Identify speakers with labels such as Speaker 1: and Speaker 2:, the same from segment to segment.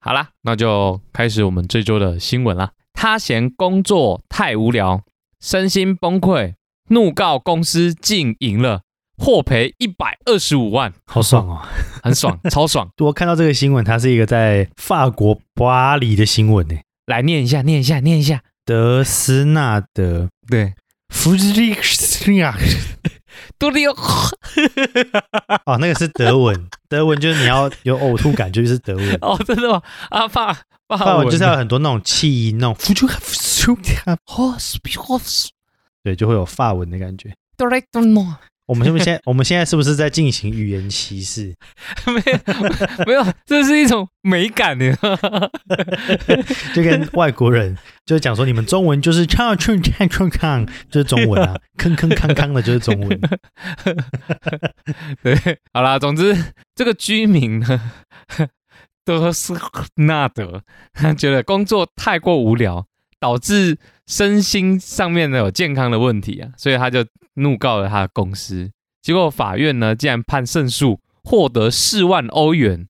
Speaker 1: 好啦，那就开始我们这周的新闻啦。他嫌工作太无聊，身心崩溃，怒告公司竟赢了，获赔一百二十五万，
Speaker 2: 好爽哦！
Speaker 1: 很 爽，超爽。
Speaker 2: 我看到这个新闻，它是一个在法国巴黎的新闻呢。
Speaker 1: 来念一下，念一下，念一下。
Speaker 2: 德斯纳德
Speaker 1: 对，
Speaker 2: 弗里克
Speaker 1: 啊
Speaker 2: 亚
Speaker 1: 杜里
Speaker 2: 哦，那个是德文，德文就是你要 有呕吐感觉就是德文，
Speaker 1: 哦，真的吗？啊，法法
Speaker 2: 法文
Speaker 1: 文
Speaker 2: 就是 要有很多那种气音，那种弗 丘弗丘，
Speaker 1: 哦
Speaker 2: 对，就会有法文的感觉。我们是不是现在 我们现在是不是在进行语言歧视？
Speaker 1: 没有没有，这是一种美感的。
Speaker 2: 就跟外国人就是讲说你们中文就是 唱唱唱唱唱，就是中文 啊，吭吭康康的就是中文。
Speaker 1: 对，好啦，总之这个居民呢，德斯纳德他觉得工作太过无聊，导致身心上面的有健康的问题啊，所以他就怒告了他的公司。结果法院呢，竟然判胜诉，获得四万欧元。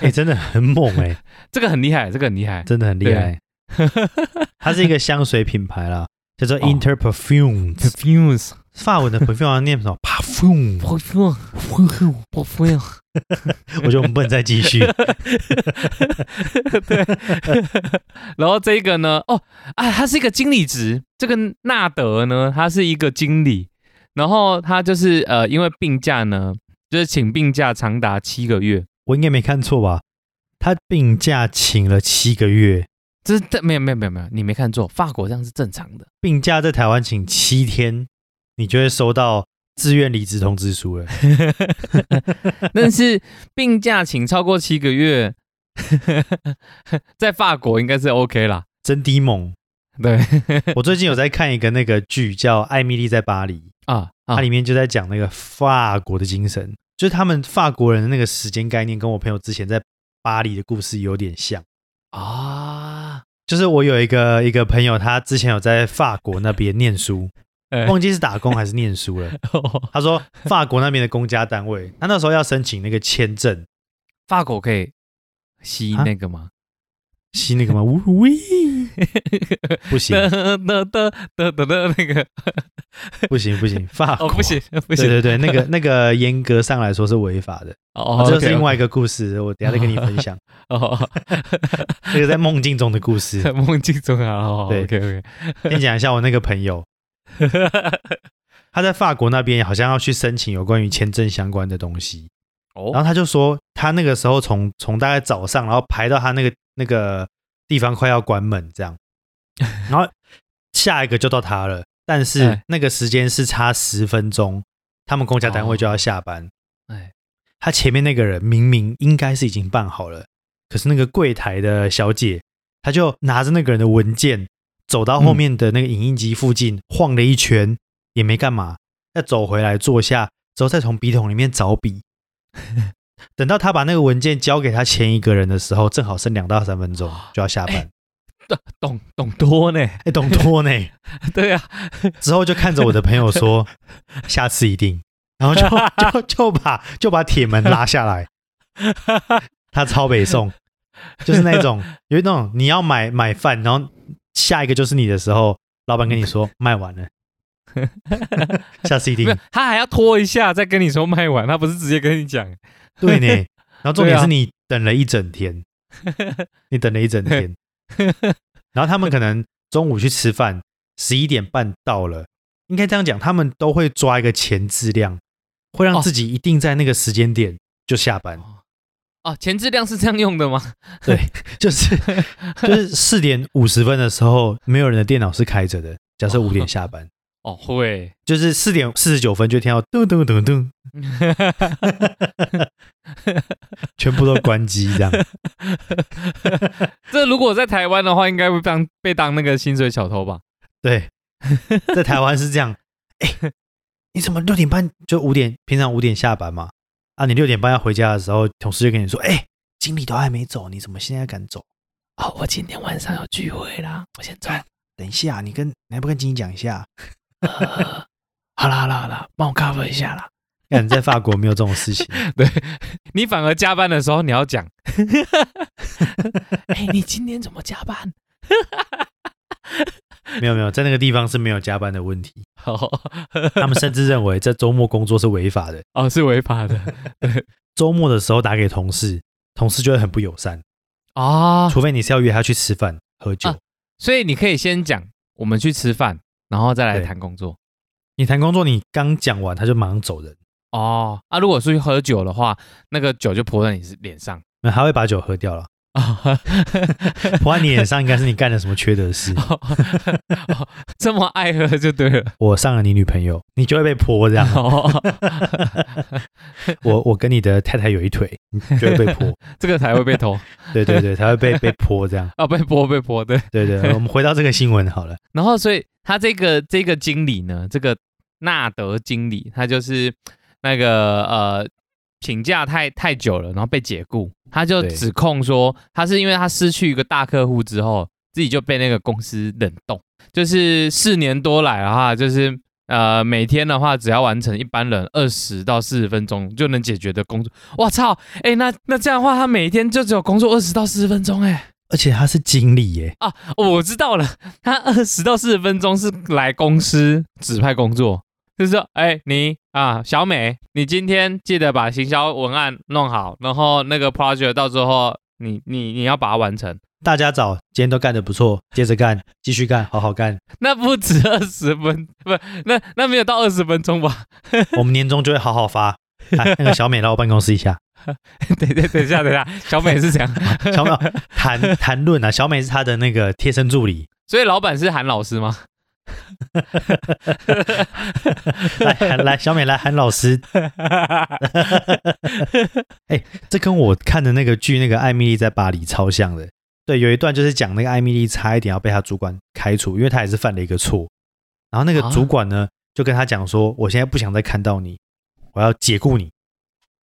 Speaker 2: 哎、真的很猛哎、
Speaker 1: 这个很厉害，这个很厉害。
Speaker 2: 真的很厉害。 它是一个香水品牌啦，叫做 Inter Perfumes，、
Speaker 1: Perfumes，
Speaker 2: 法文的 perfume 好像念什么 perfume。
Speaker 1: perfume，perfume，
Speaker 2: 我觉得我们不能再继续。
Speaker 1: 对。然后这个呢，哦，啊，他是一个经理职，这个纳德呢，他是一个经理，然后他就是呃，因为病假呢，就是请病假长达七个月，
Speaker 2: 我应该没看错吧？他病假请了七个月，
Speaker 1: 这是没有没有没有没有，你没看错，法国这样是正常的。
Speaker 2: 病假在台湾请七天，你就会收到自愿离职通知书了。
Speaker 1: 但是病假请超过七个月， 在法国应该是 OK 啦。
Speaker 2: 真低猛！
Speaker 1: 对
Speaker 2: 我最近有在看一个那个剧叫《艾米丽在巴黎》，
Speaker 1: 啊啊
Speaker 2: 它，里面就在讲那个法国的精神，就是他们法国人的那个时间概念，跟我朋友之前在巴黎的故事有点像。
Speaker 1: 啊，
Speaker 2: 就是我有一个一个朋友，他之前有在法国那边念书，
Speaker 1: 呃
Speaker 2: 忘记是打工还是念书 了。他说法国那边的公家单位，他那时候要申请那个签证，
Speaker 1: 法国可以吸
Speaker 2: 啊
Speaker 1: 那个吗？
Speaker 2: 吸那 个嘛，呜呜喂，不行
Speaker 1: 的的的的的的那个
Speaker 2: 不行不行，法国
Speaker 1: 哦，不，行不
Speaker 2: 对
Speaker 1: 行，
Speaker 2: 对对，那个那个严格上来说是违法的，
Speaker 1: 哦，
Speaker 2: 这是
Speaker 1: OK，
Speaker 2: 另外一个故事，我等一下再跟你分享，
Speaker 1: 哦，
Speaker 2: 这个在梦境中的 故事。
Speaker 1: 在梦境中啊，哦
Speaker 2: 对
Speaker 1: ，OK OK，
Speaker 2: 先讲一下我那个朋友，他在法国那边好像要去申请有关于签证相关的东西，然
Speaker 1: 哦，
Speaker 2: 后他就说，他那个时候从从大概早上，然后排到他那个那个地方快要关门这 样，然后下一个就到他了，但是
Speaker 1: 哎
Speaker 2: 那个时间是差十分钟，他们公家单位
Speaker 1: 哦
Speaker 2: 就要下班。
Speaker 1: 哎，
Speaker 2: 他前面那个人明明应该是已经办好了，可是那个柜台的小姐，她就拿着那个人的文件走到后面的那个影印机附近、晃了一圈，也没干嘛，再走回来坐下之后，再从笔筒里面找笔。 等到他把那个文件交给他前一个人的时候，正好剩两到三分钟就要下班。 哎、
Speaker 1: 懂懂多呢，
Speaker 2: 懂多呢。
Speaker 1: 对啊，
Speaker 2: 之后就看着我的朋友说：“下次一定。”然后就就就把就把铁门拉下来。他超北宋，就是那种有一种你要买买饭，然后下一个就是你的时候，老板跟你说卖完了， 下次一
Speaker 1: 没有
Speaker 2: 定。，
Speaker 1: 他还要拖一下再跟你说卖完，他不是直接跟你讲，
Speaker 2: 对呢，然后重点
Speaker 1: 对啊
Speaker 2: 是你等了一整天，你等了一整天， 然后他们可能中午去吃饭，十一点半到了，应该这样讲，他们都会抓一个前质量，会让
Speaker 1: 哦
Speaker 2: 自己一定在那个时间点就下班，
Speaker 1: 哦，前质量是这样用的吗？
Speaker 2: 就是就是四点五十分的时候，没有人的电脑是开着的，假设
Speaker 1: 哦
Speaker 2: 五点下班，
Speaker 1: 哦， 会，
Speaker 2: 就是四点四十九分就听到噔噔噔噔，全部都关机这样。
Speaker 1: 这如果在台湾的话，应该会当被当那个薪水小偷吧？
Speaker 2: 对，在台湾是这样。哎、你怎么六点半就五点？平常五点下班嘛？啊，你六点半要回家的时候，同事就跟你说：“哎、经理都还没走，你怎么现在敢走？
Speaker 1: 哦，我今天晚上有聚会啦，我先走。
Speaker 2: 等一下，你跟你还不跟经理讲一下
Speaker 1: 好啦好啦好啦，帮我 cover 一下啦。
Speaker 2: 哎，你在法国没有这种事情，
Speaker 1: 你反而加班的时候你要讲， 哎、你今天怎么加班？
Speaker 2: 没有没有，在那个地方是没有加班的问题。
Speaker 1: 哦
Speaker 2: 他们甚至认为在周末工作是违法的，
Speaker 1: 哦，是违法的
Speaker 2: 周末的时候打给同事，同事就会很不友善，
Speaker 1: 哦，
Speaker 2: 除非你是要约他去吃饭喝酒。
Speaker 1: 啊所以你可以先讲我们去吃饭，然后再来
Speaker 2: 对
Speaker 1: 谈工作。
Speaker 2: 你谈工作，你刚讲完他就马上走人，
Speaker 1: 哦，啊，如果出去喝酒的话，那个酒就泼在你脸 上
Speaker 2: 那他会把酒喝掉了。
Speaker 1: 啊，。
Speaker 2: 泼在你脸上，应该是你干了什么缺德事
Speaker 1: 哦这么爱喝就对了。
Speaker 2: 我上了你女朋友，你就会被 泼这样。
Speaker 1: 哦，
Speaker 2: 我我跟你的太太有一腿，你就会被泼。
Speaker 1: 这个才会被偷
Speaker 2: 对对对，才会被被泼这样。
Speaker 1: 啊，被泼被泼对。
Speaker 2: 对对，我们回到这个新闻好了。
Speaker 1: 然后，所以他这个这个经理呢，这个纳德经理，他就是那个呃请假太太久了，然后被解雇，他就
Speaker 2: 对
Speaker 1: 指控说他是因为他失去一个大客户之后，自己就被那个公司冷冻，就是四年多来的话，就是。呃，每天的话，只要完成一般人二十到四十分钟就能解决的工作，我操！哎、那那这样的话，他每天就只有工作二十到四十分钟、哎，
Speaker 2: 而且他是经理耶，
Speaker 1: 啊，哦我知道了，他二十到四十分钟是来公司指派工作，就是说，哎，你啊，小美，你今天记得把行销文案弄好，然后那个 project 到最后你你你要把它完成，
Speaker 2: 大家早，今天都干得不错，接着干，继续干，好好干。
Speaker 1: 那不止二十分，不，那那没有到二十分钟吧？
Speaker 2: 我们年终就会好好发。哎那个小美来我办公室一下，
Speaker 1: 等等等一下，等一下，小美是这样，
Speaker 2: 小美谈谈论啊，小美是他的那个贴身助理，
Speaker 1: 所以老板是韩老师吗？
Speaker 2: 来韩来小美来韩老师，这跟我看的那个剧那个艾米丽在巴黎超像的。对，有一段就是讲那个艾米丽差一点要被她主管开除，因为她也是犯了一个错。然后那个
Speaker 1: 啊
Speaker 2: 主管呢，就跟她讲说：“我现在不想再看到你，我要解雇你。”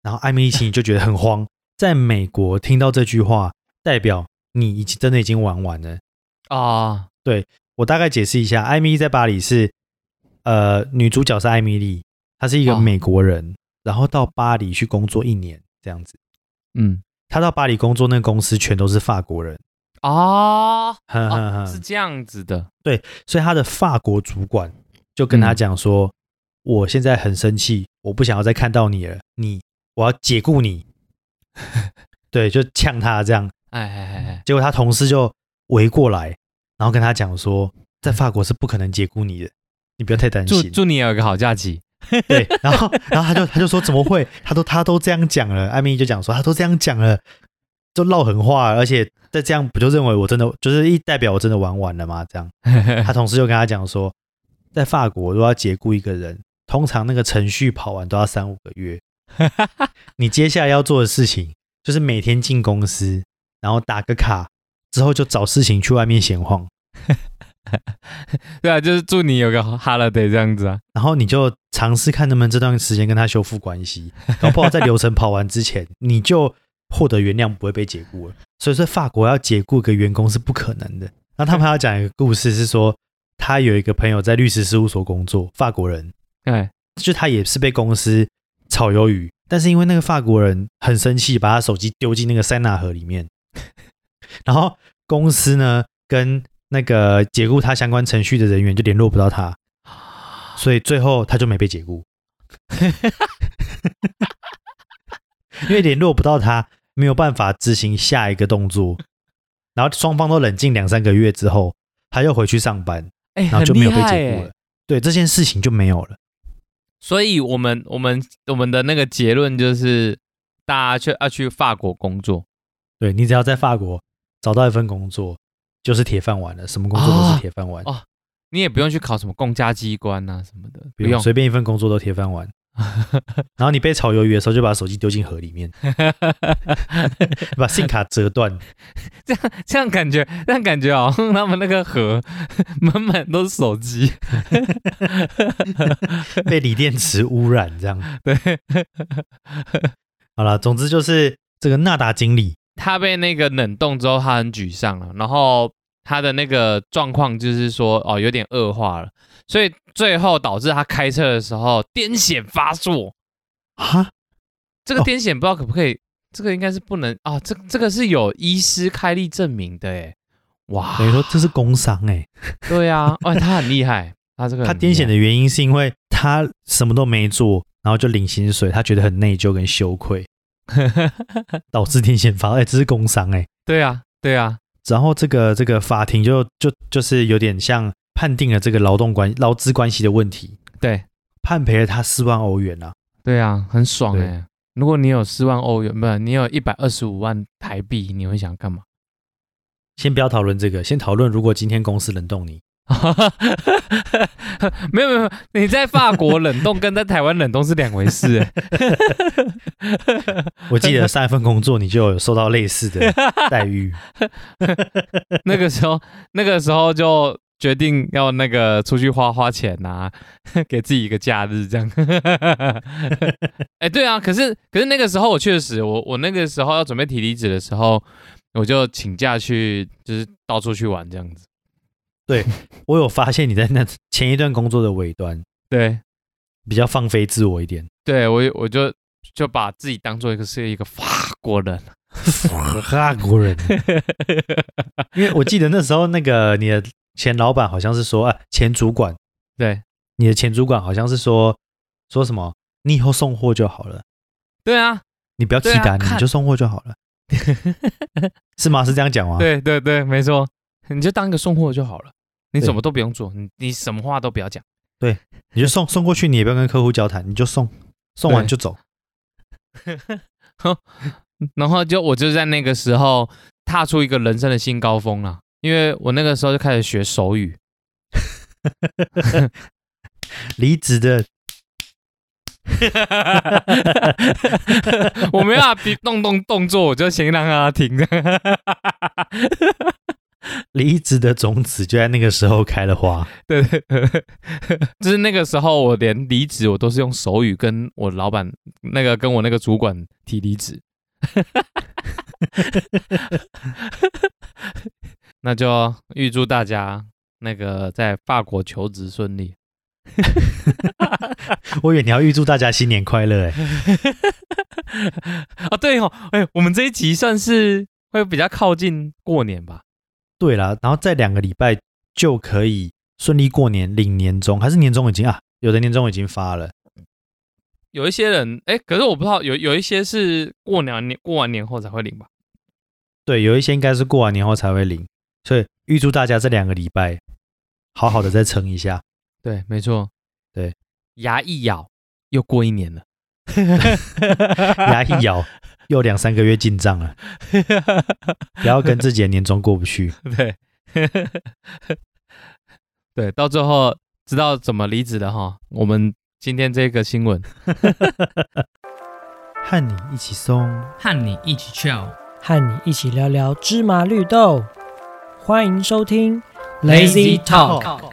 Speaker 2: 然后艾米丽心里就觉得很慌。在美国听到这句话，代表你已经真的已经玩完了。
Speaker 1: 啊
Speaker 2: 我大概解释一下，艾米丽在巴黎是，呃，女主角是艾米丽，她是一个
Speaker 1: 哦
Speaker 2: 美国人，然后到巴黎去工作一年这样子。
Speaker 1: 嗯，
Speaker 2: 他到巴黎工作，那个公司全都是法国人，
Speaker 1: 啊
Speaker 2: 哼哼
Speaker 1: 啊，
Speaker 2: 哼
Speaker 1: 是这样子的，
Speaker 2: 所以他的法国主管就跟他讲说：“我现在很生气，我不想要再看到你了，你我要解雇你。” 对，就呛他这样。
Speaker 1: 哎哎哎哎。
Speaker 2: 结果他同事就围过来，然后跟他讲说：“在法国是不可能解雇你的，你不要太担
Speaker 1: 祝
Speaker 2: 心。
Speaker 1: 祝你有一个好假期。”
Speaker 2: 对，然后然后他就他就说：“怎么会？他都他都这样讲了。”艾米就讲说：“他都这样讲了，就唠狠话了，而且再这样不就认为我真的就是一代表我真的玩完了吗？”这样。他同事就跟他讲说，在法国如果要解雇一个人，通常那个程序跑完都要三五个月。你接下来要做的事情就是每天进公司，然后打个卡，之后就找事情去外面闲晃，
Speaker 1: 对啊，就是祝你有个 holiday 这样子啊。
Speaker 2: 然后你就尝试看能不能这段时间跟他修复关系，搞不好在流程跑完之前，你就获得原谅，不会被解雇了。所以说，法国要解雇一个员工是不可能的。那他们还要讲一个故事，是说他有一个朋友在律师事务所工作，法国人，
Speaker 1: 哎，
Speaker 2: 就他也是被公司炒鱿鱼，但是因为那个法国人很生气，把他手机丢进那个塞纳河里面，然后公司呢跟那个解雇他相关程序的人员就联络不到他，所以最后他就没被解雇， 因为联络不到他，没有办法执行下一个动作，然后双方都冷静两三个月之后，他又回去上班，
Speaker 1: 哎、
Speaker 2: 然
Speaker 1: 很
Speaker 2: 后就没
Speaker 1: 厉
Speaker 2: 有被
Speaker 1: 害欸
Speaker 2: 解雇
Speaker 1: 耶
Speaker 2: 了。。对这件事情就没有了。
Speaker 1: 所以我们我们我们的那个结论就是，大家去要去法国工作。
Speaker 2: 对你只要在法国找到一份工作，就是铁饭碗了，什么工作都是铁饭碗，
Speaker 1: 哦你也不用去考什么公家机关啊什么的， 不
Speaker 2: 不用
Speaker 1: 用。
Speaker 2: 随便一份工作都铁 饭碗。然后你被炒鱿鱼的时候，就把手机丢进河里面，把信卡折断。
Speaker 1: 这样这样感觉，这样感觉好像他们那个河 满满都是手机。
Speaker 2: 被锂电池污染这样。
Speaker 1: 对，
Speaker 2: 好了，总之就是这个纳达经理，
Speaker 1: 他被那个冷冻之后，他很沮丧了，然后他的那个状况就是说，哦，有点恶化了，所以最后导致他开车的时候癫痫发作，
Speaker 2: 啊，
Speaker 1: 这个
Speaker 2: 哦
Speaker 1: 癫痫不知道可不可以，这个应该是不能啊，这这个是有医师开立证明的哎，哇，
Speaker 2: 等于说这是工伤哎、
Speaker 1: 对啊，哦，他很厉害，他这个
Speaker 2: 他
Speaker 1: 很厉
Speaker 2: 癫痫
Speaker 1: 害
Speaker 2: 的原因是因为他什么都没做，然后就领薪水，他觉得很内疚跟羞愧，导致癫痫发，哎、这是工伤哎、
Speaker 1: 对啊，对啊，
Speaker 2: 然后这个这个法庭就就就是有点像判定了这个劳动关劳资关系的问题，
Speaker 1: 对
Speaker 2: 判赔了他四万欧元啊，
Speaker 1: 对啊，很爽
Speaker 2: 对
Speaker 1: 哎。如果你有四万欧元，不是，你有一百二十五万台币，你会想干嘛？
Speaker 2: 先不要讨论这个，先讨论如果今天公司冷冻你，
Speaker 1: 没有没有，没有你在法国冷冻跟在台湾冷冻是两回事哎。
Speaker 2: 我记得上一份工作你就有受到类似的待遇，
Speaker 1: 那个时候，那个时候就决定要那个出去花花钱呐、啊， 给自己一个假日这样。 哎、对啊，可是可是那个时候我确实，我我那个时候要准备提离职的时候，我就请假去，就是到处去玩这样子。
Speaker 2: 我有发现你在那前一段工作的尾端
Speaker 1: 对，
Speaker 2: 比较放飞自我一点，
Speaker 1: 对我我就就把自己当做一个是一个法国人。
Speaker 2: 法国人， 因为我记得那时候那个你的前老板好像是说啊，前主管，
Speaker 1: 对
Speaker 2: 你的前主管好像是说说什么，你以后送货就好了，
Speaker 1: 对啊，
Speaker 2: 你不要替
Speaker 1: 对啊
Speaker 2: 单，
Speaker 1: 看
Speaker 2: 你就送货就好了，是吗？是这样讲吗？，
Speaker 1: 对对对，没错，你就当一个送货就好了，你
Speaker 2: 对
Speaker 1: 什么都不用做，你你什么话都不要讲。
Speaker 2: 你就送送过去，你也不要跟客户交谈，你就送，送完
Speaker 1: 对
Speaker 2: 就走。
Speaker 1: 然后就我就在那个时候踏出一个人生的新高峰了，因为我那个时候就开始学手语。
Speaker 2: 离 职的
Speaker 1: 我没办法比动动动作，我就先让他停。
Speaker 2: 离职的种子就在那个时候开了 花，
Speaker 1: 对对，对 就是那个时候，我连离职我都是用手语跟我老板那个跟我那个主管提离职， 那就预祝大家那个在法国求职顺利。
Speaker 2: 我以为你要预祝大家新年快乐哎，
Speaker 1: 啊，对哦，哎，我们这一集算是会比较靠近过年吧？
Speaker 2: 对啦，然后在两个礼拜就可以顺利过年领年终，还是年终已经啊？有的年终已经发了，
Speaker 1: 有一些人，哎，可是我不知道，有有一些是过年年过完年后才会领吧？
Speaker 2: 对，有一些应该是过完年后才会领，所以预祝大家这两个礼拜好好的再撑一 下。
Speaker 1: 对，没错，
Speaker 2: 对，
Speaker 1: 牙一咬又过一 年了，
Speaker 2: 牙一咬，又两三个月进账了，不要跟自己的年终过不去。
Speaker 1: 对，对，到最后知道怎么离职的哈。我们今天这个新闻，
Speaker 2: 和你一起 松，
Speaker 1: 和你一起 chill。
Speaker 3: 和你一起聊聊芝麻绿豆。欢迎收听
Speaker 1: Lazy Talk。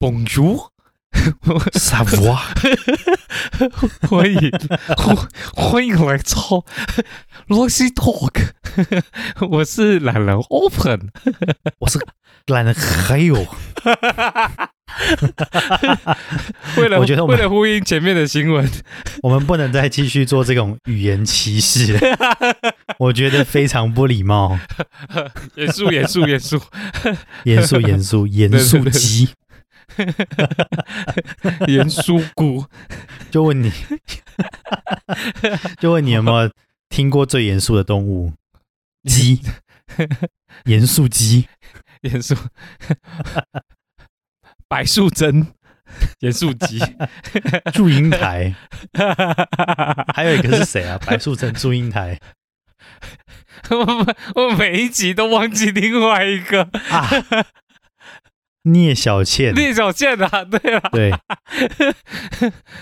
Speaker 1: Bonjour，
Speaker 2: 傻瓜，
Speaker 1: 欢迎欢欢迎来操 Lucy Talk，我是懒人 Open，
Speaker 2: 我是懒得还有，
Speaker 1: 为了
Speaker 2: 我觉得我
Speaker 1: 为
Speaker 2: 们
Speaker 1: 了呼应前面的新闻，
Speaker 2: 我们不能再继续做这种语言歧视了，我觉得非常不礼貌。
Speaker 1: 严肃严肃严 肃，
Speaker 2: 严肃，严肃，严肃鸡，
Speaker 1: 严肃姑，
Speaker 2: 就问你，就问你有没有听过最严肃的动物？鸡，严肃鸡。
Speaker 1: 严肃， 白素贞，严肃鸡，
Speaker 2: 祝英台，还有一个是谁啊？白素贞、祝英台
Speaker 1: 我我每一集都忘记另外一个
Speaker 2: 啊，聂小倩，
Speaker 1: 聂小倩啊，对啊，
Speaker 2: 对，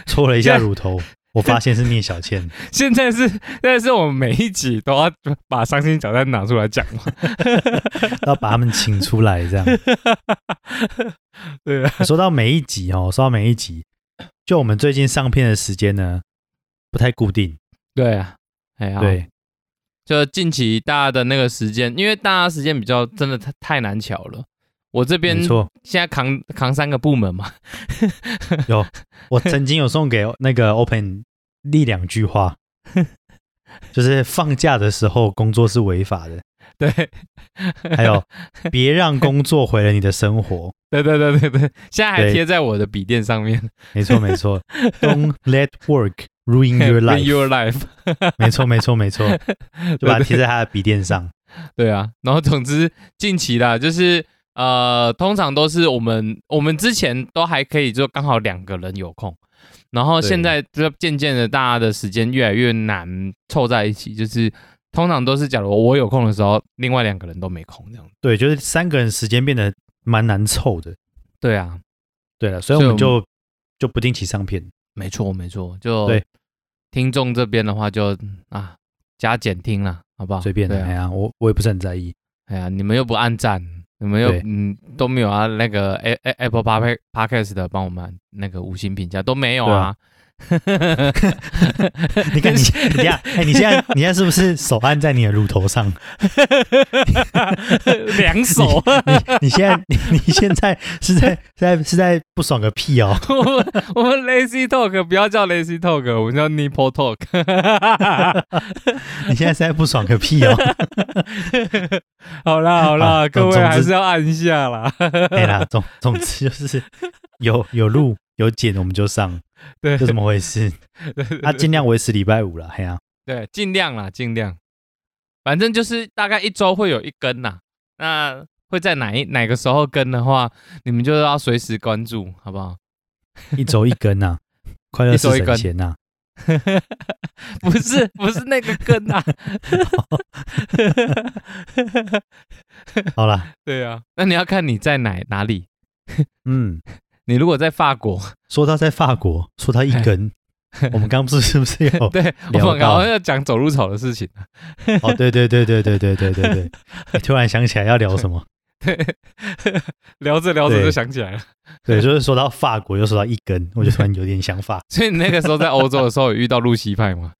Speaker 2: 搓了一下乳头，我发现是聂小倩。
Speaker 1: 现在是现在是我们每一集都要把伤心小站拿出来讲 嘛，
Speaker 2: 要把他们请出来，这样。
Speaker 1: 对啊，
Speaker 2: 说到每一集哦，说到每一集，就我们最近上片的时间呢，不太固定，
Speaker 1: 对啊，哎呀，
Speaker 2: 对，
Speaker 1: 就近期大家的那个时间，因为大家时间比较真的太太难巧了。我这边
Speaker 2: 没错，
Speaker 1: 现在扛扛三个部门嘛，
Speaker 2: 我曾经有送给那个 Open 一两 句话，就是放假的时候工作是违法的，
Speaker 1: 对，
Speaker 2: 还有别让工作毁了你的生活。
Speaker 1: 对对对对对，现在还
Speaker 2: 对
Speaker 1: 贴在我的笔电上面。
Speaker 2: 没错没错，Don't let work ruin your
Speaker 1: Ruin
Speaker 2: life。
Speaker 1: your life，
Speaker 2: 没错没错 没错，就把
Speaker 1: 对
Speaker 2: 它
Speaker 1: 对
Speaker 2: 贴在他的笔电上。
Speaker 1: 对啊，然后总之近期啦，就是呃，通常都是我们我们之前都还可以就刚好两个人有空，然后
Speaker 2: 对
Speaker 1: 现在就渐渐的大家的时间越来越难凑在一起，就是通常都是假如我有空的时候，另外两个人都没空这样子。
Speaker 2: 对，就是三个人时间变得蛮难凑的。
Speaker 1: 对啊，
Speaker 2: 对了，所以
Speaker 1: 所以
Speaker 2: 我们
Speaker 1: 我
Speaker 2: 就就不定期上片。
Speaker 1: 没错没错，就
Speaker 2: 对
Speaker 1: 听众这边的话就啊加减听啦，好不好？
Speaker 2: 随便
Speaker 1: 对
Speaker 2: 的，哎
Speaker 1: 啊，
Speaker 2: 呀，我我也不是很在 意。
Speaker 1: 哎呀，你们又不按赞。你们又
Speaker 2: 对
Speaker 1: 嗯都没有啊？那个 A A Apple Park Podcast 的帮我们那个五星评价都没有啊？
Speaker 2: 你看你，你等一下，哎，你现在你现在是不是手按在你的乳头上？啊
Speaker 1: 两手，
Speaker 2: 你你现在你你现在是在是在是在不爽个屁哦！
Speaker 1: 我们我们 Lazy Talk 不要叫 Lazy Talk，我们叫 Nipple Talk。
Speaker 2: 你现在是在不爽个屁哦！
Speaker 1: 好啦好啦，
Speaker 2: 好
Speaker 1: 各
Speaker 2: 啊总
Speaker 1: 位
Speaker 2: 之
Speaker 1: 还是要按一下啦。
Speaker 2: 对啦，哎总总之就是有有录有剪我们就上，
Speaker 1: 对，
Speaker 2: 就这么回 事。啊，尽量维持礼拜五了，哎嘿呀、
Speaker 1: 对，尽量啦，尽量，反正就是大概一周会有一根呐。那会在哪一哪个时候更的话，你们就要随时关注，好不好？
Speaker 2: 一周一根 呐、快乐
Speaker 1: 一
Speaker 2: 是
Speaker 1: 周一
Speaker 2: 省
Speaker 1: 根
Speaker 2: 钱呐、
Speaker 1: 不是不是那个根啊。
Speaker 2: 好啦，
Speaker 1: 对啊，那你要看你在哪哪里。
Speaker 2: 嗯，
Speaker 1: 你如果在法 国，
Speaker 2: 说到在法国，说到一根，我们刚不是是不是有？
Speaker 1: 对我
Speaker 2: 聊
Speaker 1: 们
Speaker 2: 到
Speaker 1: 刚刚要讲走路草的事情。
Speaker 2: 哦，对对对对对对对对 对，哎突然想起来要聊什么？
Speaker 1: 对，聊着聊着就
Speaker 2: 对
Speaker 1: 想起来了。
Speaker 2: 对，就是说到法国，又说到一根，我就突然有点想 法。
Speaker 1: 所以你那个时候在欧洲的时候，有遇到露西派吗？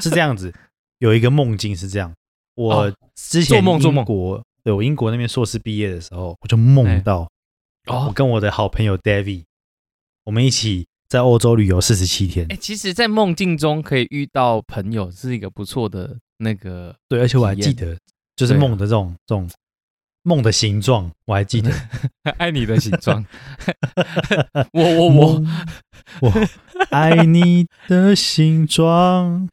Speaker 2: 是这样子，有一个梦境是这样，我
Speaker 1: 哦
Speaker 2: 之前
Speaker 1: 做梦做梦
Speaker 2: 英国，对我英国那边硕士毕业的时候，我就梦
Speaker 1: 哎
Speaker 2: 到我
Speaker 1: 哦，
Speaker 2: 跟我的好朋友 David，我们一起在欧洲旅游四十七天
Speaker 1: 哎、，其实，在梦境中可以遇到朋友，是一个不错的那个。
Speaker 2: 对，而且我还记
Speaker 1: 体
Speaker 2: 得，就是
Speaker 1: 对啊
Speaker 2: 梦的这种这种梦的形状，我还记得。
Speaker 1: 爱你的形状， 嗯我我我，
Speaker 2: 梦我爱你的形状。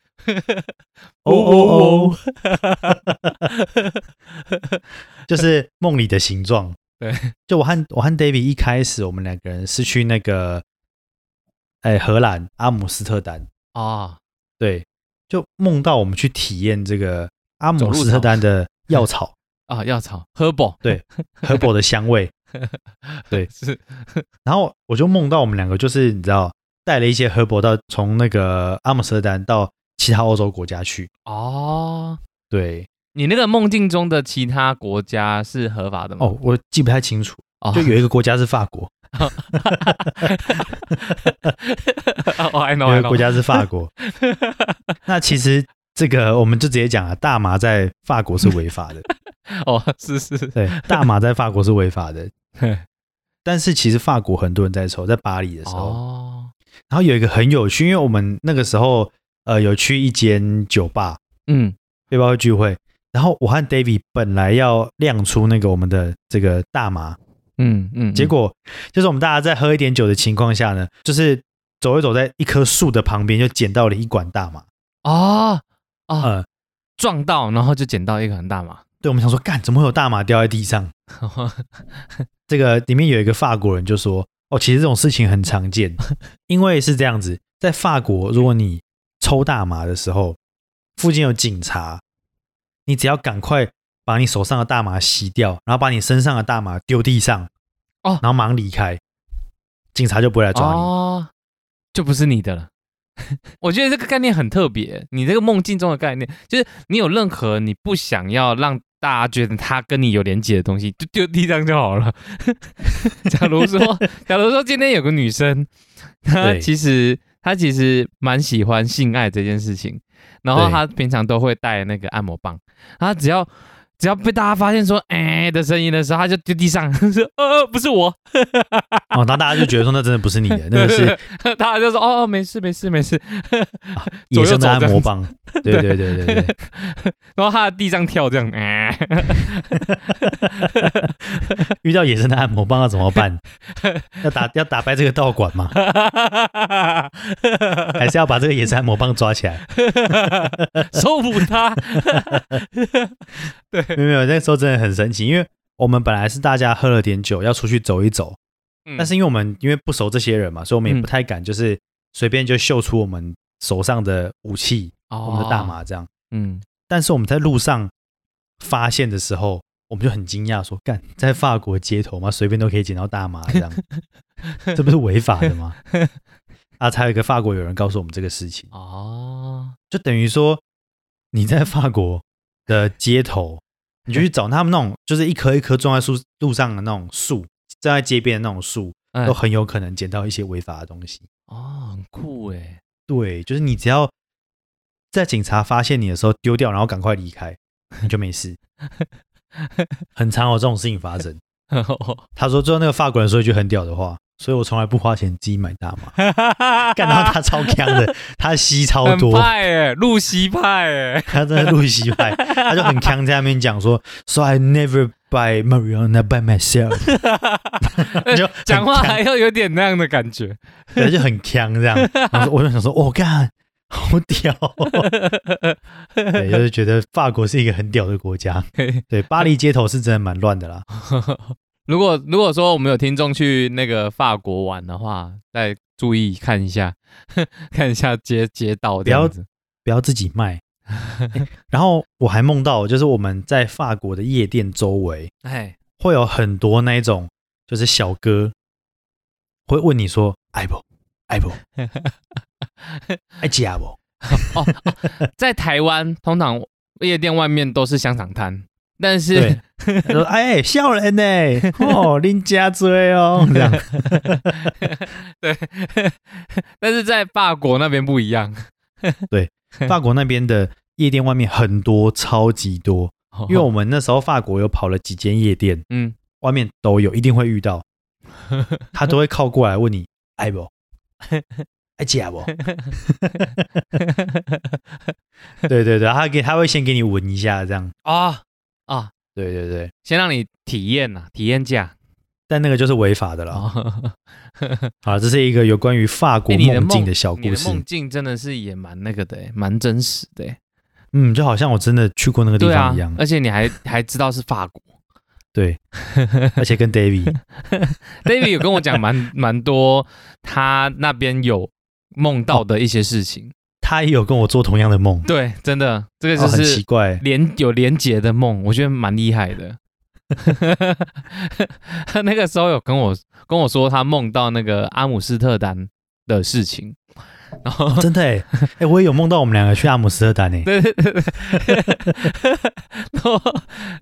Speaker 2: 哦哦哦，哦 就是梦里的形状。
Speaker 1: 对，
Speaker 2: 就我和我和 David 一开始，我们两个人是去那个，哎，荷兰阿姆斯特丹。
Speaker 1: 啊，
Speaker 2: 对，就梦到我们去体验这个阿
Speaker 1: 走
Speaker 2: 姆
Speaker 1: 路
Speaker 2: 斯特
Speaker 1: 草
Speaker 2: 丹的药草
Speaker 1: 啊，药草 herbal
Speaker 2: 荷果的香味。
Speaker 1: 是
Speaker 2: 然后我就梦到我们两个就是你知道带了一些荷伯到从那个阿姆斯特丹到其他欧洲国家去。
Speaker 1: 哦。
Speaker 2: 对，
Speaker 1: 你那个梦境中的其他国家是合法的吗？
Speaker 2: 哦，我记不太清楚，
Speaker 1: 哦
Speaker 2: 就有一个国家是法国，
Speaker 1: 哦，I
Speaker 2: 有
Speaker 1: know，I
Speaker 2: 一个
Speaker 1: know。
Speaker 2: 国家是法国。那其实这个我们就直接讲啊，大麻在法国是违法的，
Speaker 1: 哦，是是，是
Speaker 2: 对，大麻在法国是违法的
Speaker 1: 嘿。
Speaker 2: 但是其实法国很多人在抽，在巴黎的时候，
Speaker 1: 哦，
Speaker 2: 然后有一个很有趣，因为我们那个时候呃有去一间酒吧，
Speaker 1: 嗯，
Speaker 2: 背包客聚会。然后我和 David 本来要亮出那个我们的这个大麻，
Speaker 1: 嗯嗯，
Speaker 2: 结果就是我们大家在喝一点酒的情况下呢，就是走一走，在一棵树的旁边就捡到了一管大麻。
Speaker 1: 哦哦，
Speaker 2: 嗯，
Speaker 1: 撞到，然后就捡到一个很大嘛，
Speaker 2: 对，我们想说，干，怎么会有大麻掉在地上？这个里面有一个法国人就说，哦，其实这种事情很常见， 因为是这样子，在法国，如果你抽大麻的时候，附近有警察，你只要赶快把你手上的大麻洗掉，然后把你身上的大麻丢地上，
Speaker 1: 哦
Speaker 2: 然后马上离开，警察就不会来抓你。
Speaker 1: 哦，就不是你的了。 我觉得这个概念很特别，你这个梦境中的概念，就是你有任何你不想要让大家觉得他跟你有连结的东西，就丢地上就好了。 假如 说，假如说今天有个女生，她
Speaker 2: 对
Speaker 1: 其实她其实蛮喜欢性爱这件事情，然后
Speaker 2: 对
Speaker 1: 他平常都会带那个按摩棒，他只要只要被大家发现说哎、的声音的时候，他就丢地上， 说呃不是我，
Speaker 2: 哦，那大家就觉得说那真的不是 你的，那个是
Speaker 1: 他就说哦哦没事没事没事，
Speaker 2: 野生的按摩棒。对对对对对，
Speaker 1: 然后他在地上跳这样， 哎、
Speaker 2: 遇到野生的按摩棒要怎么 办？要打要打败这个道馆吗？还是要把这个野生按摩棒抓起来？
Speaker 1: 收服他，
Speaker 2: 没有没有，那时候真的很神奇，因为我们本来是大家喝了点酒要出去走一走，
Speaker 1: 嗯
Speaker 2: 但是因为我们因为不熟这些人嘛，所以我们也不
Speaker 1: 嗯
Speaker 2: 太敢就是随便就秀出我们手上的武器，我们的大，
Speaker 1: 哦
Speaker 2: 麻这样。
Speaker 1: 嗯，
Speaker 2: 但是我们在路上发现的时候，我们就很惊讶，说：“干，在法国街头吗？随便都可以捡到大麻，这 样，这不是违法的吗？”啊，才有一个法国友人告诉我们这个事情，
Speaker 1: 哦，
Speaker 2: 就等于说你在法国的街头，你就去找他们那种，就是一棵一棵种在树路上的那种树，站在街边的那种树，
Speaker 1: 嗯
Speaker 2: 都很有可能捡到一些违法的东西。
Speaker 1: 哦，很酷 哎，。
Speaker 2: 对，就是你只要在警察发现你的时候丢掉，然后赶快离开，你就没事。很常有这种事情发生。他说，最后那个法国人说一句很屌的话，所以我从来不花钱自己买大麻
Speaker 1: 干
Speaker 2: 干到他超强的，他吸超
Speaker 1: 很
Speaker 2: 多，
Speaker 1: 派哎，露西派 哎，
Speaker 2: 他真的露西 派，他就很强在那边讲说，So I never buy marijuana by myself，就很
Speaker 1: 哎讲话
Speaker 2: 呛
Speaker 1: 还要有点那样的感 觉，
Speaker 2: 对，就很强这样。然后说我就想说，我、干，好 屌、哦！对，就是觉得法国是一个很屌的国家。对，巴黎街头是真的蛮乱的啦。
Speaker 1: 如果如果说我们有听众去那个法国玩的话，再注意看一下， 看一下街街道这样子。
Speaker 2: 不要自己 卖。欸然后我还梦到，就是我们在法国的夜店周围
Speaker 1: 哎，
Speaker 2: 会有很多那一种，就是小哥会问你说：“爱不爱不爱假不
Speaker 1: 哦，哦在台湾通常夜店外面都是香肠摊，但？”
Speaker 2: 对
Speaker 1: 是，
Speaker 2: 他说：“哎，笑人呢，哦，拎家追哦，这样。”
Speaker 1: 对， 但是在法国那边不一样，
Speaker 2: 法国那边的夜店外面很多，超级多。因 为我们那时候法国有跑了几间夜店，
Speaker 1: 嗯，
Speaker 2: 外面都有，一定会遇到， 他都会靠过来问你爱不，爱假不？ 对对对，他给他会先给你闻一下，这样。
Speaker 1: 啊啊，
Speaker 2: 对对对，
Speaker 1: 先让你体验呐、体验价
Speaker 2: 但那个就是违法的了。
Speaker 1: 啊。
Speaker 2: 好，这是一个有关于法国
Speaker 1: 欸你的
Speaker 2: 梦境
Speaker 1: 梦
Speaker 2: 的小
Speaker 1: 你
Speaker 2: 故
Speaker 1: 的
Speaker 2: 事。
Speaker 1: 梦境真的是也蛮那个的欸，蛮真实的欸。
Speaker 2: 嗯，就好像我真的去过那个地
Speaker 1: 对啊
Speaker 2: 方一样，。
Speaker 1: 而且你还还知道是法 国。
Speaker 2: 对，而且跟 David，
Speaker 1: David 有跟我讲蛮蛮多，他那边有梦到的一些事情。
Speaker 2: 他也有跟我做同样的梦，
Speaker 1: 对，真的，这个
Speaker 2: 哦
Speaker 1: 就
Speaker 2: 很奇
Speaker 1: 是
Speaker 2: 怪。
Speaker 1: 连有连结的梦，我觉得蛮厉害的。 他那个时候有跟我跟我说，他梦到那个阿姆斯特丹的事情，然后
Speaker 2: 哦真的哎、欸，我也有梦到我们两个去阿姆斯特丹哎、
Speaker 1: 对对对，对 然后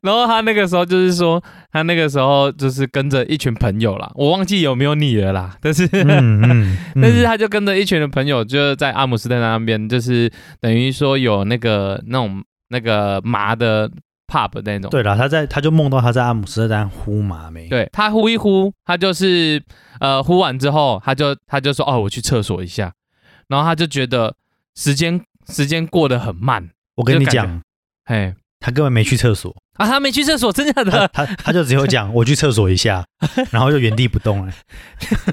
Speaker 1: 然后他那个时候就是说，他那个时候就是跟着一群朋友啦，我忘记有没有你了啦，但是、
Speaker 2: 嗯嗯，嗯
Speaker 1: 但是他就跟着一群的朋友，就是在阿姆斯特丹那边，就是等于说有那个那种那个麻的 pub 那种，
Speaker 2: 对了，他在他就梦到他在阿姆斯特丹呼麻没？，
Speaker 1: 对他呼一呼，他就是呃呼完之后，他就他就说哦，我去厕所一下，然后他就觉得时间时间过得很慢，
Speaker 2: 我跟
Speaker 1: 就
Speaker 2: 你
Speaker 1: 感
Speaker 2: 讲，
Speaker 1: 嘿。
Speaker 2: 他根本没去 厕所，
Speaker 1: 啊，他没去厕所，真的假
Speaker 2: 他
Speaker 1: 的？
Speaker 2: 他他就只有讲我去厕所一下，然后就原地不动了。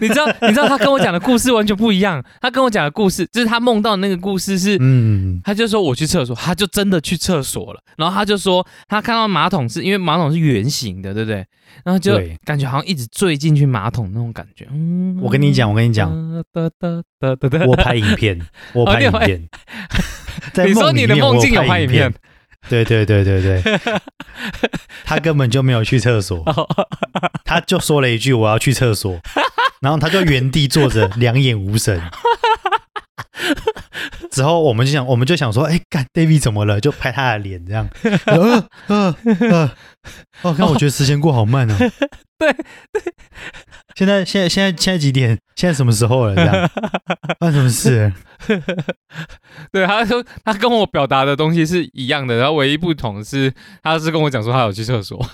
Speaker 1: 你知道，你知道他跟我讲的故事完全不一样。他跟我讲的故事，就是他梦到的那个故事是，
Speaker 2: 嗯，
Speaker 1: 他就说我去厕所，他就真的去厕所了。然后他就说他看到马桶是因为马桶是圆形的，对不对？然后就
Speaker 2: 对
Speaker 1: 感觉好像一直坠进去马桶那种感觉。嗯，
Speaker 2: 我跟你讲，我跟你讲，
Speaker 1: 哒哒哒哒哒
Speaker 2: 我拍影片，我
Speaker 1: 哦
Speaker 2: 拍
Speaker 1: 你有
Speaker 2: 影
Speaker 1: 拍
Speaker 2: 片。在
Speaker 1: 你说
Speaker 2: 梦
Speaker 1: 你
Speaker 2: 里
Speaker 1: 的
Speaker 2: 面
Speaker 1: 梦
Speaker 2: 我
Speaker 1: 境有拍
Speaker 2: 拍
Speaker 1: 影
Speaker 2: 片
Speaker 1: 片？，
Speaker 2: 对对对对对，他根本就没有去厕所，
Speaker 1: 哦
Speaker 2: 他就说了一句我要去厕所，然后他就原地坐着，两眼无神。之后我们就想，我们就想说，哎、干 David 怎么了？就拍他的脸这样，呃呃呃，哦，看我觉得时间过好慢哦。
Speaker 1: 对
Speaker 2: 对， 啊现在现在现在现在几点？现在什么时候了？这样，发生什么事？
Speaker 1: 对，他说他跟我表达的东西是一样的，然后唯一不同是他是跟我讲说他有去厕所，
Speaker 2: 哦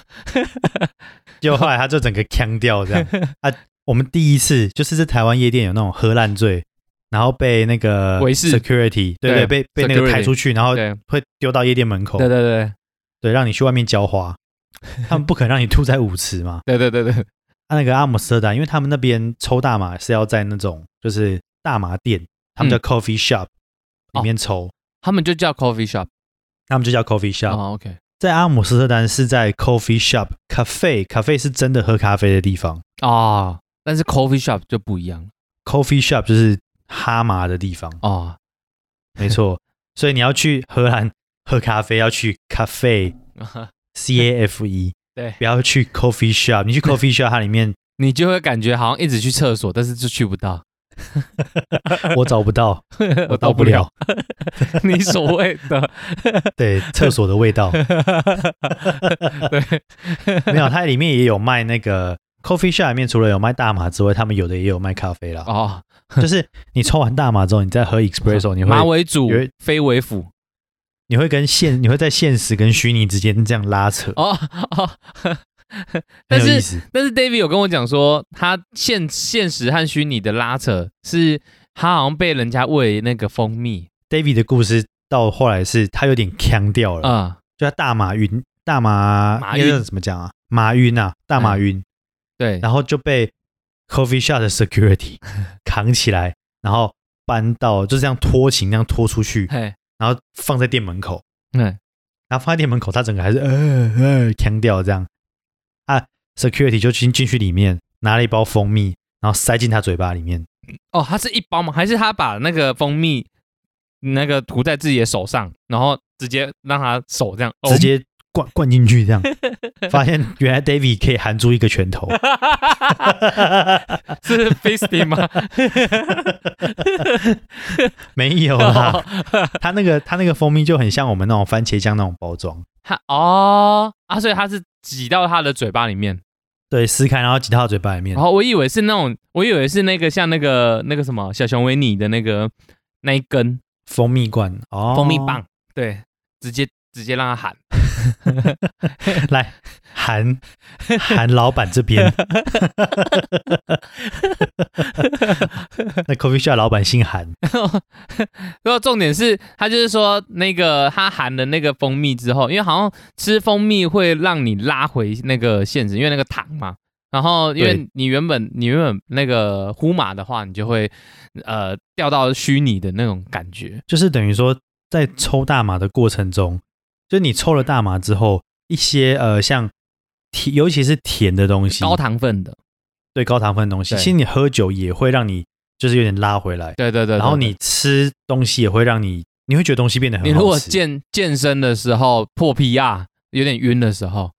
Speaker 2: 就后来他就整个腔掉这 样啊。我们第一次就是在台湾夜店有那种喝烂醉，然后被那个
Speaker 1: 维士
Speaker 2: security 对
Speaker 1: 对
Speaker 2: 对被被那个
Speaker 1: security
Speaker 2: 抬出去，然后
Speaker 1: 对
Speaker 2: 会丢到夜店门 口，
Speaker 1: 对对对
Speaker 2: 对让你去外面 浇花。他们不肯让你吐在舞池嘛？
Speaker 1: 对对对对，
Speaker 2: 啊，那个阿姆斯特丹，因为他们那边抽大麻是要在那种就是大麻店，他们叫
Speaker 1: 嗯
Speaker 2: coffee shop
Speaker 1: 哦
Speaker 2: 里面抽，
Speaker 1: 他们就叫 coffee shop
Speaker 2: 他们就叫 coffee shop。
Speaker 1: 哦 OK
Speaker 2: 在阿姆斯特丹是在 coffee shop cafe cafe 是真的喝咖啡的地方
Speaker 1: 哦，但是 coffee shop 就不一样了
Speaker 2: ，coffee shop 就是哈麻的地方，
Speaker 1: 哦
Speaker 2: 没错。所以你要去荷兰喝咖啡，要去 cafe c a f e，
Speaker 1: 对
Speaker 2: 不要去 coffee shop。你去 coffee shop 它里面
Speaker 1: 你就会感觉好像一直去厕所，但是就去不到，
Speaker 2: 我找不到，
Speaker 1: 我
Speaker 2: 我到不了，
Speaker 1: 你所谓 的，
Speaker 2: 对厕所的味道。
Speaker 1: 对，
Speaker 2: 没有，它里面也有卖那个 coffee shop 里面除了有卖大麻之外，他们有的也有卖咖啡啦。
Speaker 1: 哦，
Speaker 2: 就是你抽完大麻之后，你再喝 espresso，你
Speaker 1: 马
Speaker 2: 会
Speaker 1: 为主
Speaker 2: 有一，
Speaker 1: 非为辅，
Speaker 2: 你会跟现你会在现实跟虚拟之间这样拉扯，
Speaker 1: 哦哦，
Speaker 2: 很
Speaker 1: 但
Speaker 2: 有意
Speaker 1: 是
Speaker 2: 思。
Speaker 1: 但是 David 有跟我讲说，他现现实和虚拟的拉扯是，他好像被人家喂那个蜂蜜
Speaker 2: David 的故事到后来是他有点腔掉了，
Speaker 1: 啊、
Speaker 2: 就他大马晕，大马
Speaker 1: 马嗯
Speaker 2: 那
Speaker 1: 晕
Speaker 2: 个怎么讲啊？马晕啊，大马晕，
Speaker 1: 对，
Speaker 2: 然后就被 coffee shop 的 security 扛起来，然后搬到就这样拖行那样拖出去，
Speaker 1: 嘿，
Speaker 2: 然后放在店门口。
Speaker 1: 嗯，
Speaker 2: 然后放在店门口，他整个还是呃呃腔调这样啊。Security 就进进去里面拿了一包蜂蜜，然后塞进他嘴巴里面，
Speaker 1: 哦，他是一包吗？还是他把那个蜂蜜那个涂在自己的手上，然后直接让他手这样，哦
Speaker 2: 直接灌灌进去这 样。发现原来 David 可以含住一个拳头，
Speaker 1: 哦 是 fisting 吗？
Speaker 2: 没有啦。他那个他那个蜂蜜就很像我们那种番茄酱那种包装，
Speaker 1: 他哦啊，所以他是挤到他的嘴巴里面。
Speaker 2: 对，撕开然后挤到他嘴巴里面
Speaker 1: 然。后我以为是那种，我以为是那个像那个那个什么小熊维尼的那个那一根
Speaker 2: 蜂蜜罐哦，
Speaker 1: 蜂蜜棒，对，直接直接让他喊，
Speaker 2: 来韩韩老板这边， 那 coffee shop 老板姓韩，
Speaker 1: 然后重点是他就是说那个他含了那个蜂蜜之后，因为好像吃蜂蜜会让你拉回那个现实，因为那个糖嘛。然后因为
Speaker 2: 对
Speaker 1: 你原本你原本那个呼麻的话，你就会呃掉到虚拟的那种感觉。
Speaker 2: 就是等于说在抽大麻的过程中，就是你抽了大麻之后，一些呃像甜，尤其是甜的东西，
Speaker 1: 高糖分的，
Speaker 2: 对高糖分的东西，
Speaker 1: 对
Speaker 2: 其实你喝酒也会让你就是有点拉回来，
Speaker 1: 对对对对
Speaker 2: 然后
Speaker 1: 对
Speaker 2: 你吃东西也会让你，你会觉得东西变得
Speaker 1: 嗯
Speaker 2: 很
Speaker 1: 你
Speaker 2: 好吃。
Speaker 1: 如果健健身的时候破 PR 有点晕的时候，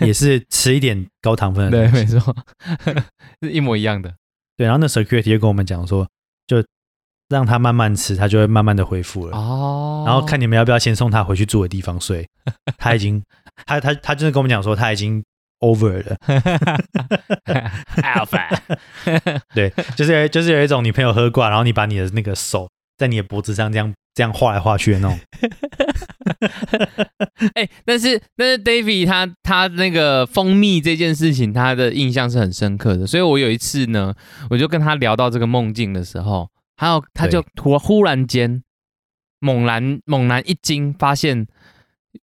Speaker 2: 也是吃一点高糖分的东
Speaker 1: 对
Speaker 2: 西，，
Speaker 1: 没错， 是一模一样的。
Speaker 2: 对，然后那 security 就跟我们讲说，就让他慢慢吃，他就会慢慢的恢复了。
Speaker 1: 哦，
Speaker 2: 然后看你们要不要先送他回去住的地 方睡。他已经，他他他就是跟我们讲说他已经 over 了，
Speaker 1: Alpha，
Speaker 2: 对，就是有就是有一种你朋友喝挂，然后你把你的那个手在你的脖子上这样这样画来画去的 那种。
Speaker 1: 哎、但是但是 David 他他那个蜂蜜这件事情，他的印象是很深刻的。所以我有一次呢，我就跟他聊到这个梦境的时候，还有他就突忽然间猛然猛然一惊，发现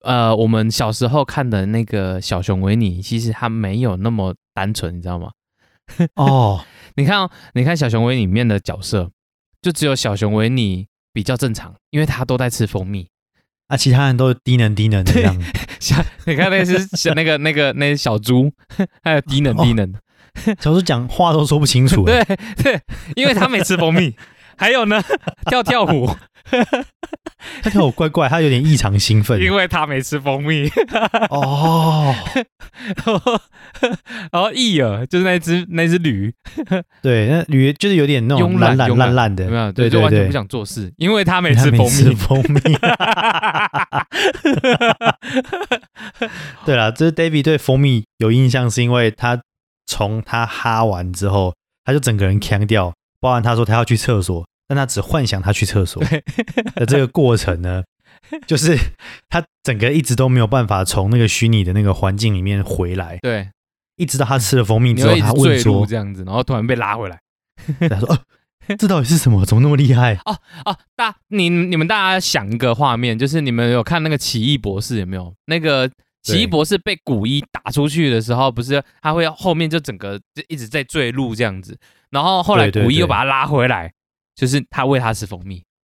Speaker 1: 呃，我们小时候看的那个小熊维尼，其实他没有那么单纯，你知道吗？
Speaker 2: 哦，
Speaker 1: 你看、哦，你看小熊维尼里面的角色，就只有小熊维尼比较正常，因为他都在吃蜂蜜。
Speaker 2: 啊，其他人都低能低能的这样。
Speaker 1: 小， 你看那只小那个那个那只小猪， 还有低能
Speaker 2: 哦
Speaker 1: 低能，
Speaker 2: 小时候讲话都说不清楚。欸
Speaker 1: 对对，因为他没吃蜂 蜜。还有呢， 跳跳虎，
Speaker 2: 他跳舞怪怪，他有点异常兴奋。
Speaker 1: 因为他没吃蜂蜜。
Speaker 2: 哦，
Speaker 1: 然后然后益儿就是那只那只驴，
Speaker 2: 对，那女就是有点那种
Speaker 1: 慵
Speaker 2: 懒
Speaker 1: 懒慵懒
Speaker 2: 懒烂烂的，
Speaker 1: 有没有？
Speaker 2: 对
Speaker 1: 就
Speaker 2: 对
Speaker 1: 完全
Speaker 2: 对
Speaker 1: 不，想做事，因为他没
Speaker 2: 他
Speaker 1: 吃蜂
Speaker 2: 吃
Speaker 1: 蜜。
Speaker 2: 蜂蜜。 对啦，这是 David 对蜂蜜有印象，是因为他从他哈完之后，他就整个人腔掉，包含他说他要去厕所，但他只幻想他去厕所的这个过程呢，就是他整个一直都没有办法从那个虚拟的那个环境里面回来，
Speaker 1: 对，
Speaker 2: 一直到他吃了蜂蜜
Speaker 1: 你
Speaker 2: 之后，
Speaker 1: 会一
Speaker 2: 他
Speaker 1: 直
Speaker 2: 问
Speaker 1: 坠入
Speaker 2: 说
Speaker 1: 这样子，然后突然被拉回来。：“
Speaker 2: 他说、呃，这到底是什么？怎么那么厉害啊
Speaker 1: 哦，大你你们大家想一个画面，就是你们有看那个奇异博士有没有？那个奇异
Speaker 2: 对
Speaker 1: 博士被古一打出去的时候，不是他会后面就整个就一直在坠入这样子，然后后来
Speaker 2: 对对
Speaker 1: 古一又
Speaker 2: 对
Speaker 1: 把他拉回来，就是他喂他吃蜂蜜，？”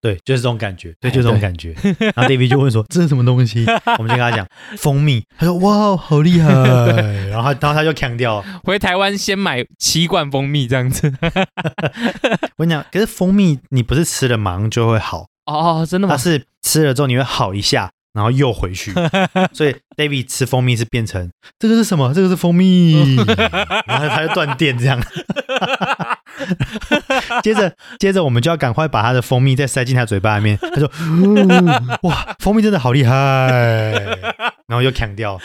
Speaker 2: 对，就是这种感觉，
Speaker 1: 哎
Speaker 2: 对，就是这种
Speaker 1: 对
Speaker 2: 感觉。然后 David 就问 说：“这是什么东西？”我们就跟他讲蜂蜜，他说：“哇，哦好厉 害！”然后他，然后他就强调，
Speaker 1: 回台湾先买七罐蜂蜜这样子。
Speaker 2: 我跟你讲，可是蜂蜜你不是吃了马上就会好，
Speaker 1: 哦，真的吗
Speaker 2: 它？是吃了之后你会好一下，然后又回去。所以 David 吃蜂蜜是变成这个是什么？这个是蜂蜜，然后他就断电这样。 接着，接着我们就要赶快把他的蜂蜜再塞进他嘴巴里面。他说：“哦哇，蜂蜜真的好厉害！”然后又强调，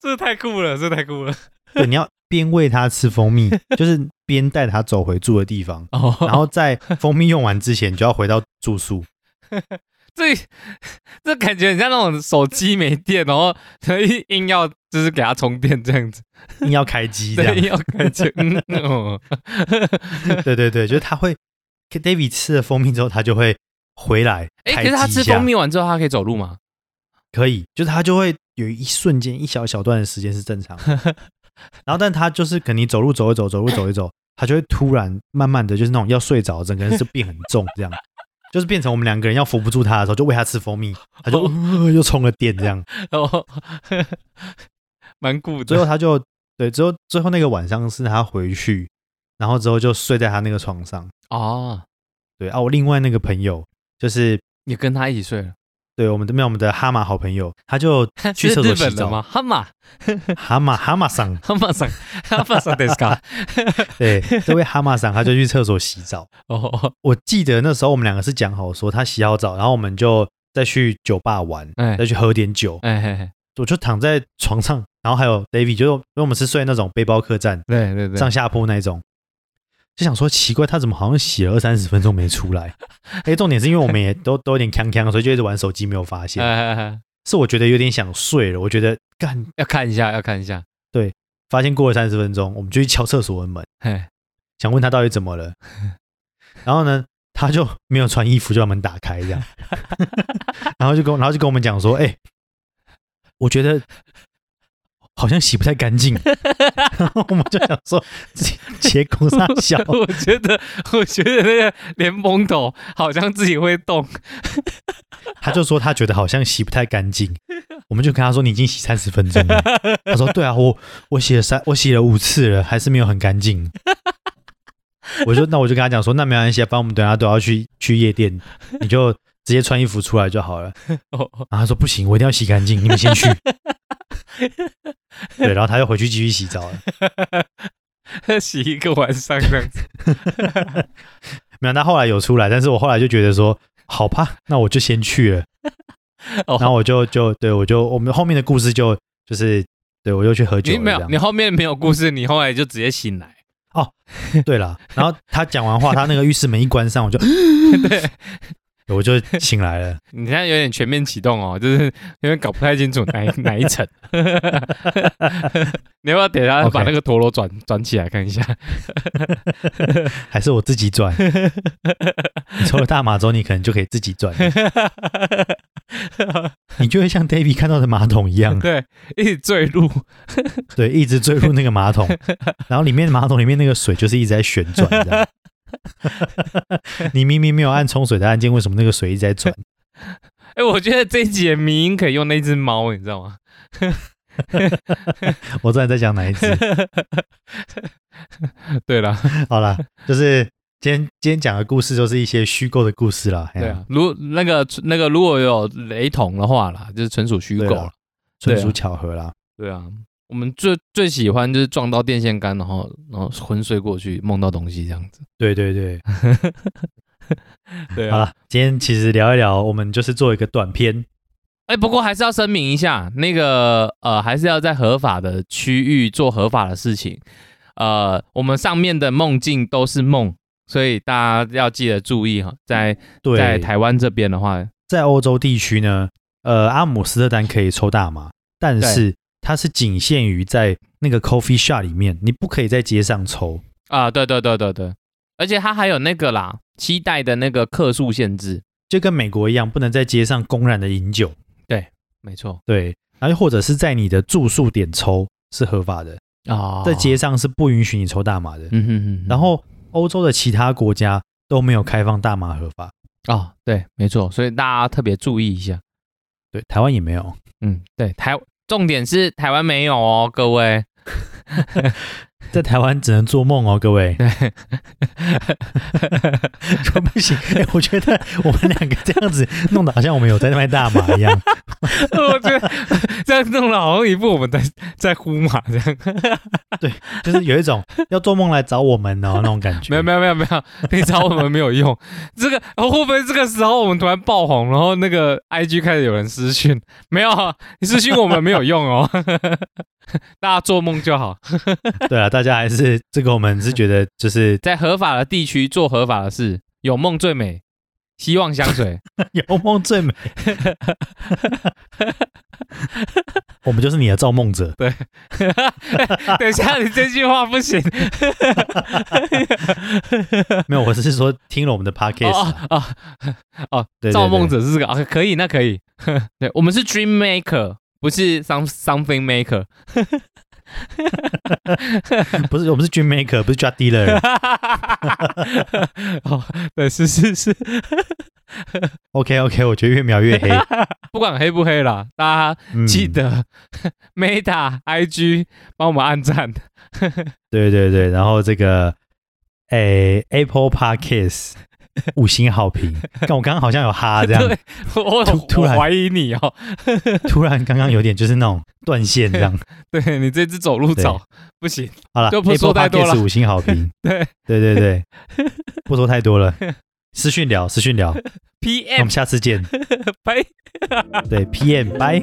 Speaker 1: 这太酷了，这太酷了。
Speaker 2: 对，你要边喂他吃蜂蜜，就是边带他走回住的地方，
Speaker 1: 哦，
Speaker 2: 然后在蜂蜜用完之前，你就要回到住宿。
Speaker 1: 这这感觉很像那种手机没电，然后硬硬要就是给它充电这样子，
Speaker 2: 硬要开机这样
Speaker 1: 对，，要感 觉嗯嗯哦。
Speaker 2: 对对对，就是他会，David 吃了蜂蜜之后，他就会回来
Speaker 1: 哎、
Speaker 2: 开
Speaker 1: 可是他
Speaker 2: 机一
Speaker 1: 吃
Speaker 2: 下
Speaker 1: 蜂蜜完之后，他可以走路吗？
Speaker 2: 可以，就是他就会有一瞬间一小小段的时间是正常的，然后但他就是可能你走路走一走，走路走一走，他就会突然慢慢的就是那种要睡着，整个人是变很重这样。就是变成我们两个人要扶不住他的时候，就喂他吃蜂蜜，他就、呃 又充了电这样。
Speaker 1: 哦，蛮酷
Speaker 2: 最后
Speaker 1: 的。
Speaker 2: 他就对，最后最后那个晚上是他回去，然后之后就睡在他那个床上。
Speaker 1: 哦，
Speaker 2: 对啊，我另外那个朋友就是
Speaker 1: 你跟他一起睡了？
Speaker 2: 对，我们这边我们的哈马好朋友，他就 去
Speaker 1: 是
Speaker 2: 厕所
Speaker 1: 日
Speaker 2: 洗
Speaker 1: 本的
Speaker 2: 澡
Speaker 1: 吗？。哈马
Speaker 2: 哈马哈马桑，
Speaker 1: 哈马 桑哈马桑ですか？
Speaker 2: 对，这位哈马桑他就去厕所洗澡。
Speaker 1: 哦，
Speaker 2: 我记得那时候我们两个是讲好说，他洗好澡，然后我们就再去酒吧玩，
Speaker 1: 哎
Speaker 2: 再去喝点酒。
Speaker 1: 哎嘿嘿，我
Speaker 2: 我就躺在床上，然后还有 David，就是因为我们是睡那种背包客栈
Speaker 1: 对对对
Speaker 2: 上，下铺那一种，就想说奇怪，他怎么好像洗了二三十分钟没出来？ 哎，重点是因为我们也都都有点康康，所以就一直玩手机没有发
Speaker 1: 哎
Speaker 2: 现。
Speaker 1: 哎哎，
Speaker 2: 是我觉得有点想睡了，我觉得干
Speaker 1: 要看一下，要看一下。
Speaker 2: 发现过了三十分钟，我们就去敲厕所的门，
Speaker 1: 嘿，
Speaker 2: 想问他到底怎么了。然后呢，他就没有穿衣服就把门打开这样， 然后就跟我然后就跟我们讲说，哎、我觉得好像洗不太干净。 然后我们就想说， 结果上小
Speaker 1: 我觉得，我觉得那个莲蓬头好像自己会动。
Speaker 2: 他就说他觉得好像洗不太干净， 我们就跟他说你已经洗三十分钟了。他说对啊，我我洗了三，我洗了五次了，还是没有很干净。 我就那我就跟他讲说，那没关系啊，反正我们等一下都要去去夜店，你就直接穿衣服出来就好了。
Speaker 1: 哦，
Speaker 2: 然后他说不行，我一定要洗干净，你们先去。 对，然后他又回去继续洗澡了。
Speaker 1: 哦 洗一个晚上这 样子。
Speaker 2: 没有，他后来有出来，但是我后来就觉得说，好吧，那我就先去了。
Speaker 1: 哦
Speaker 2: 然后我就就对我就我们后面的故事就就是对我又去喝酒
Speaker 1: 你
Speaker 2: 了
Speaker 1: 没
Speaker 2: 这
Speaker 1: 有，
Speaker 2: 样
Speaker 1: 你。后面没有故事，你后来就直接醒来。
Speaker 2: 对了，然后他讲完话，他那个浴室门一关上，我就嗯
Speaker 1: 对，
Speaker 2: 我就醒来了。
Speaker 1: 你现在有点全面启动哦，就是有点搞不太清楚哪一哪一层。 你要不要等一下
Speaker 2: OK
Speaker 1: 把那个陀螺转转起来看一下？
Speaker 2: 还是我自己转。你抽了大麻之后，你可能就可以自己转，你就会像 David 看到的马桶一样，
Speaker 1: 对，一直坠入。
Speaker 2: 对，一直坠入那个 马桶，然后里面马桶里面那个水就是一直在旋转这样。 你明明没有按冲水的按键，为什么那个水一直在转？
Speaker 1: 哎、我觉得这一集的迷音可以用那只猫，你知道吗？
Speaker 2: 我知道你在讲哪 一只。
Speaker 1: 对啦，
Speaker 2: 好啦，就是今天今天讲的故事，就是一些虚构的故事啦。哎
Speaker 1: 对
Speaker 2: 呀
Speaker 1: 啊，如那个那个如果有雷同的话啦，就是纯属虚
Speaker 2: 对
Speaker 1: 构
Speaker 2: 啦
Speaker 1: 啦对啊
Speaker 2: 纯属巧合啦。
Speaker 1: 对啊，我们最最喜欢就是撞到电线杆，然后然后昏睡过去，梦到东西这 样子。
Speaker 2: 对对对，
Speaker 1: 对
Speaker 2: 好
Speaker 1: 啊，
Speaker 2: 了，今天其实聊一聊，我们就是做一个短片，
Speaker 1: 哎、不过还是要声明一下，那个呃，还是要在合法的区域做合法的事情。呃，我们上面的梦境都是梦，所以大家要记得注意哈，在
Speaker 2: 对，
Speaker 1: 在台湾这边的话，
Speaker 2: 在欧洲地区呢，呃，阿姆斯特丹可以抽大麻，但是它是仅限于在那个 coffee shop 里面，你不可以在街上抽。
Speaker 1: 啊，对对对对对，而且它还有那个啦，期待的那个克数限制，
Speaker 2: 就跟美国一样，不能在街上公然的饮酒，
Speaker 1: 没错
Speaker 2: 对，然后或者是在你的住宿点抽是合法的，
Speaker 1: 啊
Speaker 2: 在街，上是不允许你抽大麻的。
Speaker 1: 嗯哼哼哼，
Speaker 2: 然后欧洲的其他国家都没有开放大麻合法，
Speaker 1: 哦，对，没错，所以大家特别注意一下，
Speaker 2: 对，台湾也没有。
Speaker 1: 嗯，对，台重点是台湾没有哦，各位，
Speaker 2: 在台湾只能做梦哦，各 位。说不行、哎我觉得我们两个这样子弄得好像我们有在卖大麻一 样。
Speaker 1: 我觉得这样弄了好像一副我们在在呼嘛这样，
Speaker 2: 就是有一种要做梦来找我们哦那种感觉。
Speaker 1: 没有没有没有没有，你找我们没有用，这个会不会这个时候我们突然爆红，然后那个 IG 开始有人私讯，没有啊，你私讯我们没有用哦，大家做梦就好。
Speaker 2: 对啊，大家还是这个我们是觉得 就是
Speaker 1: 在合法的地区做合法的事，有梦最美，希望相随。
Speaker 2: 有梦最美。 我们就是你的造梦者，
Speaker 1: 等一下，你这句话不行。
Speaker 2: 没有，我只是说听了我们的 podcast，、
Speaker 1: 哦哦哦
Speaker 2: 对对对
Speaker 1: 哦，造梦者是这个啊，可以，那可以。 对，我们是 dream maker，不是 some something maker。
Speaker 2: 不是我们是 dream maker，不是 drug dealer。
Speaker 1: 哦，对，是是是，
Speaker 2: OK OK，我觉得越描越黑。
Speaker 1: 不管黑不黑啦，大家
Speaker 2: 嗯
Speaker 1: 记得 Meta IG 帮我们按 赞。
Speaker 2: 对对对，然后这个诶 Apple Podcast 五星好评，但我刚刚好像有哈这样
Speaker 1: 对，，我我
Speaker 2: 突突然
Speaker 1: 我怀疑你哦，
Speaker 2: 突然刚刚有点就是那种断线这样。
Speaker 1: 对你这只走路走不行。
Speaker 2: 好了
Speaker 1: 就不
Speaker 2: ，Apple
Speaker 1: 说太多了
Speaker 2: Podcast 五星好评，
Speaker 1: 对
Speaker 2: 对对 对，不说太多了，私讯聊，私讯聊，那我
Speaker 1: PM
Speaker 2: 们下次见。
Speaker 1: 拜。
Speaker 2: 对，PM 拜。